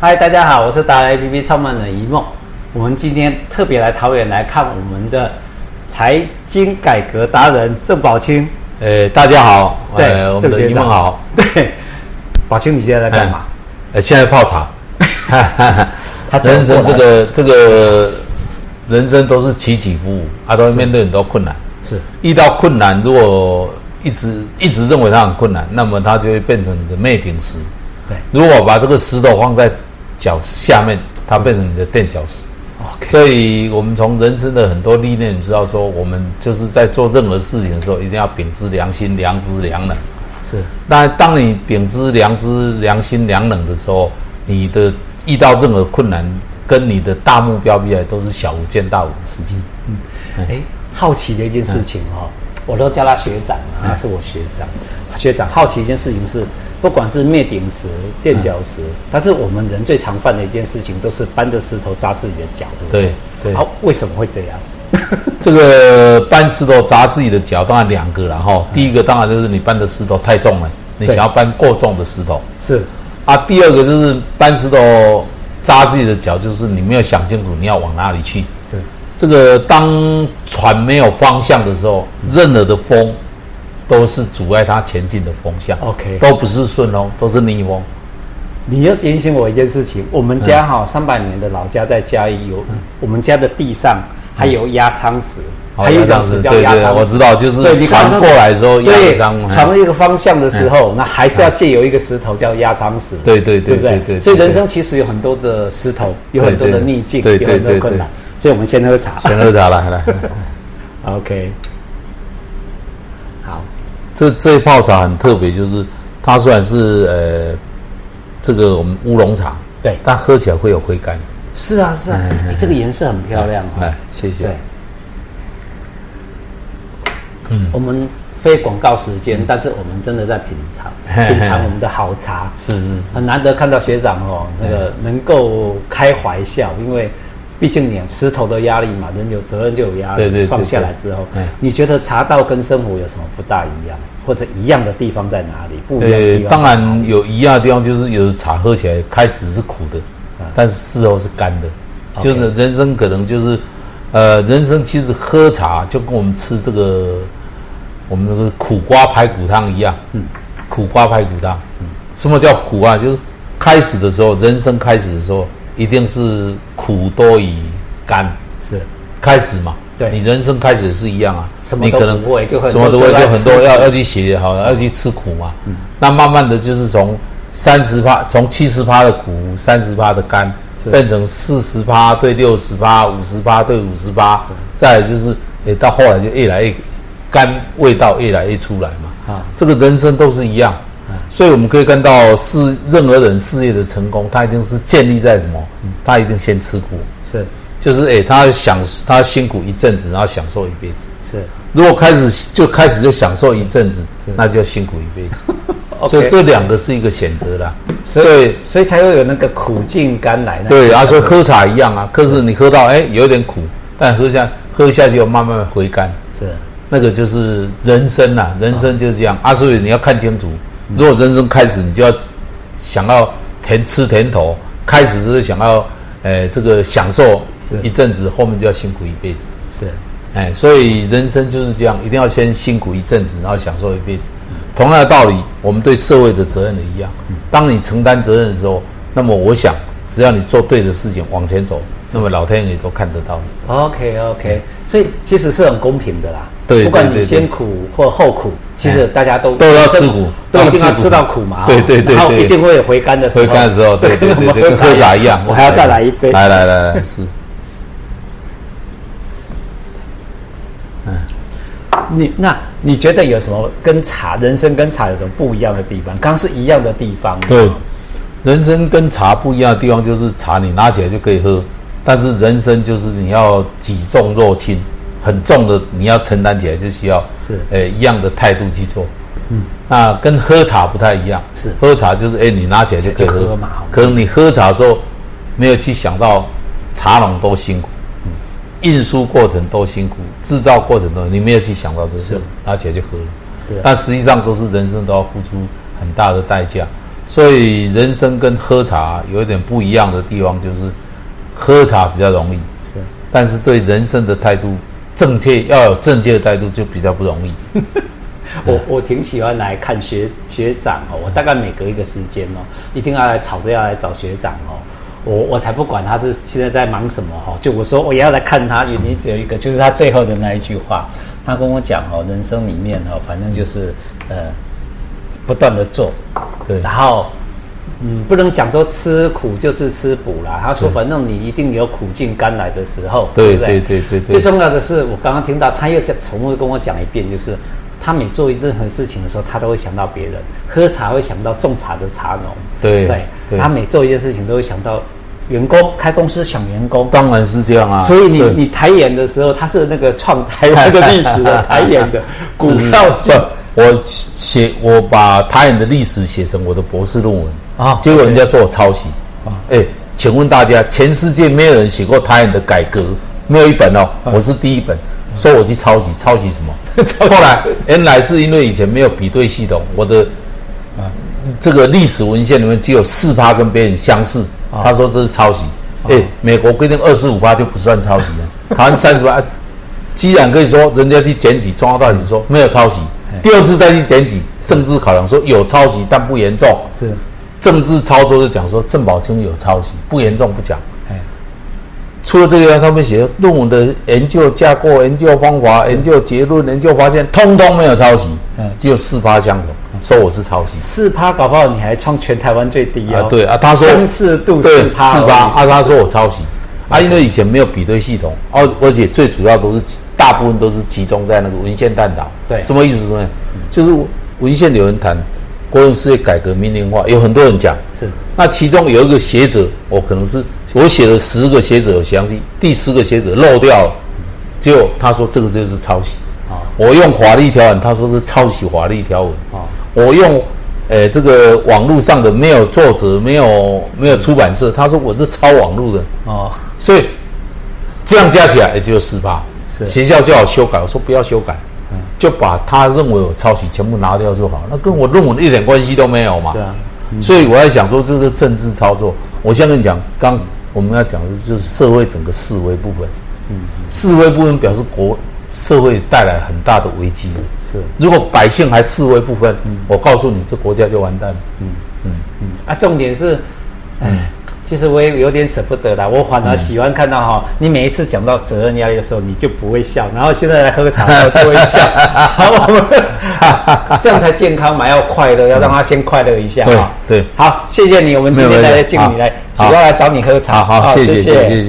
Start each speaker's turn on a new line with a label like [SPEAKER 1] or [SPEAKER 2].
[SPEAKER 1] 嗨，大家好，我是达人 APP 创办人一梦。我们今天特别来桃园来看我们的财经改革达人郑宝清。
[SPEAKER 2] 呃，大家好，
[SPEAKER 1] 对，
[SPEAKER 2] 呃、我
[SPEAKER 1] 郑
[SPEAKER 2] 们的
[SPEAKER 1] 学
[SPEAKER 2] 一
[SPEAKER 1] 长
[SPEAKER 2] 梦好，。
[SPEAKER 1] 对， 宝清，你现在在干嘛？
[SPEAKER 2] 呃，现在 泡茶，哈哈哈
[SPEAKER 1] 他走过来
[SPEAKER 2] 哎 人生这个这个人生都是起起伏伏，啊，都会面对很多困难。
[SPEAKER 1] 是
[SPEAKER 2] 遇到困难，如果一直一直认为它很困难，那么它就会变成你的魅顶石。
[SPEAKER 1] 对，
[SPEAKER 2] 如果把这个石头放在脚下面，它变成你的垫脚石。
[SPEAKER 1] OK，
[SPEAKER 2] 所以，我们从人生的很多历练，你知道说，我们就是在做任何事情的时候，一定要秉持良心、良知、良能。
[SPEAKER 1] 是
[SPEAKER 2] 那当你秉知良知、良心、良能的时候，你的遇到任何困难，跟你的大目标比起来，都是小巫见大巫的事情。
[SPEAKER 1] 哎，好奇的一件事情哦，我都叫他学长啊，
[SPEAKER 2] 嗯
[SPEAKER 1] 他是我学长。学长好奇一件事情是，不管是灭顶石、垫脚石，
[SPEAKER 2] 嗯
[SPEAKER 1] 但是我们人最常犯的一件事情，都是搬着石头砸自己的脚，对不对？
[SPEAKER 2] 对对，
[SPEAKER 1] 好，为什么会这样？
[SPEAKER 2] 这个搬石头砸自己的脚，当然两个了哈。第一个当然就是你搬的石头太重了，你
[SPEAKER 1] 对
[SPEAKER 2] 想要搬过重的石头
[SPEAKER 1] 是
[SPEAKER 2] 啊。第二个就是搬石头砸自己的脚，就是你没有想清楚你要往哪里去。
[SPEAKER 1] 是
[SPEAKER 2] 这个当船没有方向的时候，任何的风都是阻碍它前进的风向。
[SPEAKER 1] OK
[SPEAKER 2] 都不是顺风，都是逆风。
[SPEAKER 1] 你要点醒我一件事情，我们
[SPEAKER 2] 嗯
[SPEAKER 1] 家哈三百年的老家在嘉义有，我们家的地上还有压舱石，
[SPEAKER 2] 哦
[SPEAKER 1] 还有一种石叫
[SPEAKER 2] 对
[SPEAKER 1] 压舱
[SPEAKER 2] 对，
[SPEAKER 1] 石。
[SPEAKER 2] 我知道，就是
[SPEAKER 1] 对，你
[SPEAKER 2] 船
[SPEAKER 1] 看
[SPEAKER 2] 过来的时候，
[SPEAKER 1] 对
[SPEAKER 2] 压嗯张，
[SPEAKER 1] 船一个方向的时候，那还是要借由一个石头叫压舱石，
[SPEAKER 2] 嗯对对
[SPEAKER 1] 对
[SPEAKER 2] 对
[SPEAKER 1] 不
[SPEAKER 2] 对
[SPEAKER 1] 对
[SPEAKER 2] 对。
[SPEAKER 1] 所以人生其实有很多的石头，有很多的
[SPEAKER 2] 对对
[SPEAKER 1] 逆境，
[SPEAKER 2] 对
[SPEAKER 1] 有
[SPEAKER 2] 对
[SPEAKER 1] 很多的
[SPEAKER 2] 对
[SPEAKER 1] 困难
[SPEAKER 2] 对。
[SPEAKER 1] 所以我们先喝茶
[SPEAKER 2] 先喝茶了，来，
[SPEAKER 1] ，OK。好，
[SPEAKER 2] 这这一泡茶很特别，就是它虽然是呃这个我们乌龙茶，
[SPEAKER 1] 对
[SPEAKER 2] 但喝起来会有回甘。
[SPEAKER 1] 是啊是啊，
[SPEAKER 2] 嗯
[SPEAKER 1] 你这个颜色很漂亮啊
[SPEAKER 2] 哎，。谢谢
[SPEAKER 1] 对。，嗯，我们非广告时
[SPEAKER 2] 嗯
[SPEAKER 1] 间，但是我们真的在品尝，品尝我们的好茶，
[SPEAKER 2] 是是是。
[SPEAKER 1] 很难得看到学长哦，那个能够开怀笑，因为毕竟你石头的压力嘛，人有责任就有压力，
[SPEAKER 2] 对对对
[SPEAKER 1] 放下来之后
[SPEAKER 2] 对，
[SPEAKER 1] 你觉得茶道跟生活有什么不大一样，或者一样的地方在哪里？不一样的
[SPEAKER 2] 呃
[SPEAKER 1] 地，方在
[SPEAKER 2] 当
[SPEAKER 1] 哪里？
[SPEAKER 2] 然有一样的地方就是有的茶喝起来开始是苦的，但是事后是甘的，
[SPEAKER 1] 啊 OK
[SPEAKER 2] 就是人生可能就是，呃，人生其实喝茶就跟我们吃这个我们那个苦瓜排骨汤一样，嗯，苦瓜排骨汤，
[SPEAKER 1] 嗯
[SPEAKER 2] 什么叫苦啊？就是开始的时候，人生开始的时候一定是苦多于甘，
[SPEAKER 1] 是
[SPEAKER 2] 开始嘛，
[SPEAKER 1] 对
[SPEAKER 2] 你人生开始是一样啊，
[SPEAKER 1] 什么
[SPEAKER 2] 你
[SPEAKER 1] 都
[SPEAKER 2] 可能
[SPEAKER 1] 不会就很
[SPEAKER 2] 什么
[SPEAKER 1] 多
[SPEAKER 2] 都
[SPEAKER 1] 都
[SPEAKER 2] 会，
[SPEAKER 1] 在
[SPEAKER 2] 就很多
[SPEAKER 1] 吃苦嗯
[SPEAKER 2] 要要去学好，要去吃苦嘛。那慢慢的就是从三十趴，从七十趴的苦，三十趴的甘，
[SPEAKER 1] 是
[SPEAKER 2] 变成四十趴对六十趴，五十趴对五十趴，
[SPEAKER 1] 嗯
[SPEAKER 2] 再来就是诶、到后来就越来越甘味道越来越出来嘛。
[SPEAKER 1] 啊，
[SPEAKER 2] 这个人生都是一样，
[SPEAKER 1] 嗯
[SPEAKER 2] 所以我们可以看到事任何人事业的成功，他一定是建立在什么？
[SPEAKER 1] 嗯
[SPEAKER 2] 他一定先吃苦。
[SPEAKER 1] 是
[SPEAKER 2] 就是诶、他享他辛苦一阵子，然后享受一辈子。
[SPEAKER 1] 是
[SPEAKER 2] 如果开始就开始就享受一阵子，那就辛苦一辈子。所以这两个是一个选择啦。所以
[SPEAKER 1] 所以才会有那个苦尽甘来呢。
[SPEAKER 2] 对啊，所以喝茶一样啊。可是你喝到哎、诶有点苦，但喝下喝下去又慢慢回甘，
[SPEAKER 1] 是
[SPEAKER 2] 那个就是人生啦、人生就是这样啊。所以你要看清楚，如果人生开始你就要想要甜吃甜头，开始就是想要诶、这个享受一阵子，后面就要辛苦一辈子。
[SPEAKER 1] 是
[SPEAKER 2] 哎，所以人生就是这样，一定要先辛苦一阵子，然后享受一辈子。同样的道理，我们对社会的责任也一样。当你承担责任的时候，那么我想，只要你做对的事情往前走，那么老天爷都看得到
[SPEAKER 1] 嗯
[SPEAKER 2] 你。
[SPEAKER 1] OK OK，所以其实是很公平的啦。
[SPEAKER 2] 嗯对
[SPEAKER 1] 不管你
[SPEAKER 2] 对对哎
[SPEAKER 1] 先苦或后苦，其实大家都
[SPEAKER 2] 都要吃苦
[SPEAKER 1] 都一定要
[SPEAKER 2] 都要吃苦
[SPEAKER 1] 吃到苦嘛。哦
[SPEAKER 2] 对对对
[SPEAKER 1] 然后
[SPEAKER 2] 对
[SPEAKER 1] 一定会有回甘的时候。
[SPEAKER 2] 回甘的时候，
[SPEAKER 1] 这
[SPEAKER 2] 对对
[SPEAKER 1] 跟
[SPEAKER 2] 对
[SPEAKER 1] 我
[SPEAKER 2] 对，
[SPEAKER 1] 们
[SPEAKER 2] 跟喝茶一样，
[SPEAKER 1] 我还要再来一杯。
[SPEAKER 2] 来来来来， 是
[SPEAKER 1] 你那你觉得有什么跟茶人生跟茶有什么不一样的地方？刚刚是一样的地方。
[SPEAKER 2] 对。人生跟茶不一样的地方就是茶你拿起来就可以喝，但是人生就是你要举重若轻，很重的你要承担起来，就需要
[SPEAKER 1] 是
[SPEAKER 2] 呃一样的态度去做。嗯，那跟喝茶不太一样，
[SPEAKER 1] 是
[SPEAKER 2] 喝茶就是哎、你拿起来就可以
[SPEAKER 1] 就喝
[SPEAKER 2] 喝
[SPEAKER 1] 嘛
[SPEAKER 2] 可能你喝茶的时候没有去想到茶农多辛苦，运输过程多辛苦，制造过程多，你没有去想到这事，拿起来就喝了。
[SPEAKER 1] 是啊
[SPEAKER 2] 但实际上都是人生都要付出很大的代价。所以人生跟喝茶有一点不一样的地方，就是喝茶比较容易，
[SPEAKER 1] 是
[SPEAKER 2] 但是对人生的态度，正确要有正确的态度就比较不容易。
[SPEAKER 1] 我我挺喜欢来看学学长哦，我大概每隔一个时间哦，一定要来吵着要来找学长哦。我我才不管他是现在在忙什么哦，就我说我也要来看他。原因只有一个，就是他最后的那一句话，他跟我讲哦，人生里面哦，反正就是呃，不断的做，
[SPEAKER 2] 对
[SPEAKER 1] 然后嗯，不能讲说吃苦就是吃补啦。他说，反正你一定有苦尽甘来的时候，
[SPEAKER 2] 对
[SPEAKER 1] 不对
[SPEAKER 2] 对对对
[SPEAKER 1] 最
[SPEAKER 2] 对
[SPEAKER 1] 重要的是，我刚刚听到他又讲，重复跟我讲一遍，就是他每做任何事情的时候，他都会想到别人。喝茶会想到种茶的茶农，
[SPEAKER 2] 对
[SPEAKER 1] 对，
[SPEAKER 2] 对
[SPEAKER 1] 他每做一件事情都会想到员工，开公司想员工。
[SPEAKER 2] 当然是这样啊。
[SPEAKER 1] 所以你你台演的时候，他是那个创台湾的历史的台演 的股票
[SPEAKER 2] 是
[SPEAKER 1] 性
[SPEAKER 2] 我写我把台演的历史写成我的博士论文
[SPEAKER 1] 啊
[SPEAKER 2] 结果人家说我抄袭啊。哎，请问大家，全世界没有人写过台演的改革，没有一本哦，我是第一本。说我去抄袭，抄袭什么？后来原来是因为以前没有比对系统，我的这个历史文献里面只有四趴跟别人相似，他说这是抄袭。哎，美国规定二十五趴就不算抄袭了，台湾三十趴。啊既然可以说人家去检举，中央大底说没有抄袭，第二次再去检举，政治考量说有抄袭但不严重，
[SPEAKER 1] 是，
[SPEAKER 2] 政治操作就讲说郑宝清有抄袭，不严重不讲。
[SPEAKER 1] 哎，
[SPEAKER 2] 除了这个，他们写论文的研究架构、研究方法、研究结论、研究发现，通通没有抄袭
[SPEAKER 1] 嗯，
[SPEAKER 2] 只有四发相同，说我是抄袭。
[SPEAKER 1] 四趴搞不好你还创全台湾最低哦
[SPEAKER 2] 啊，。对啊，他说
[SPEAKER 1] 相似度
[SPEAKER 2] 对
[SPEAKER 1] 四趴，哦
[SPEAKER 2] 四趴，啊，他说我抄袭，啊，因为以前没有比对系统，而而且最主要都是大部分都是集中在那个文献探讨，
[SPEAKER 1] 对
[SPEAKER 2] 什么意思呢？就是文献有人谈国用事业改革民营化，有很多人讲，
[SPEAKER 1] 是
[SPEAKER 2] 那其中有一个学者，我可能是我写了十个学者有详细，第十个学者漏掉了，结果他说这个就是抄袭。
[SPEAKER 1] 哦
[SPEAKER 2] 我用法律条文，他说是抄袭法律条文。
[SPEAKER 1] 哦
[SPEAKER 2] 我用，呃，这个网络上的没有作者，没有没有出版社，他说我是抄网络的，
[SPEAKER 1] 哦，
[SPEAKER 2] 所以这样加起来也只有四趴。
[SPEAKER 1] 是
[SPEAKER 2] 学校叫我修改，我说不要修改，就把他认为我抄袭全部拿掉就好，那跟我论文一点关系都没有嘛。
[SPEAKER 1] 是啊，
[SPEAKER 2] 所以我在想说，这是政治操作。我先跟你讲，刚我们要讲的就是社会整个示威部分。示威部分表示国社会带来很大的危机。
[SPEAKER 1] 是
[SPEAKER 2] 如果百姓还示威部分，我告诉你，这国家就完蛋了。
[SPEAKER 1] 啊，重点是，
[SPEAKER 2] 嗯
[SPEAKER 1] 哎，其实我也有点舍不得啦，我反而喜欢看到哈、你每一次讲到责任压力的时候，你就不会笑，然后现在来喝茶，我就会 笑，好，我们这样才健康嘛，要快乐，要让他先快乐一下
[SPEAKER 2] 对
[SPEAKER 1] 哈。
[SPEAKER 2] 啊对
[SPEAKER 1] 好，谢谢你，我们今
[SPEAKER 2] 没有
[SPEAKER 1] 天
[SPEAKER 2] 没有
[SPEAKER 1] 来敬
[SPEAKER 2] 好
[SPEAKER 1] 你来，主
[SPEAKER 2] 好
[SPEAKER 1] 要来找你喝茶，
[SPEAKER 2] 好好，谢谢谢谢谢谢。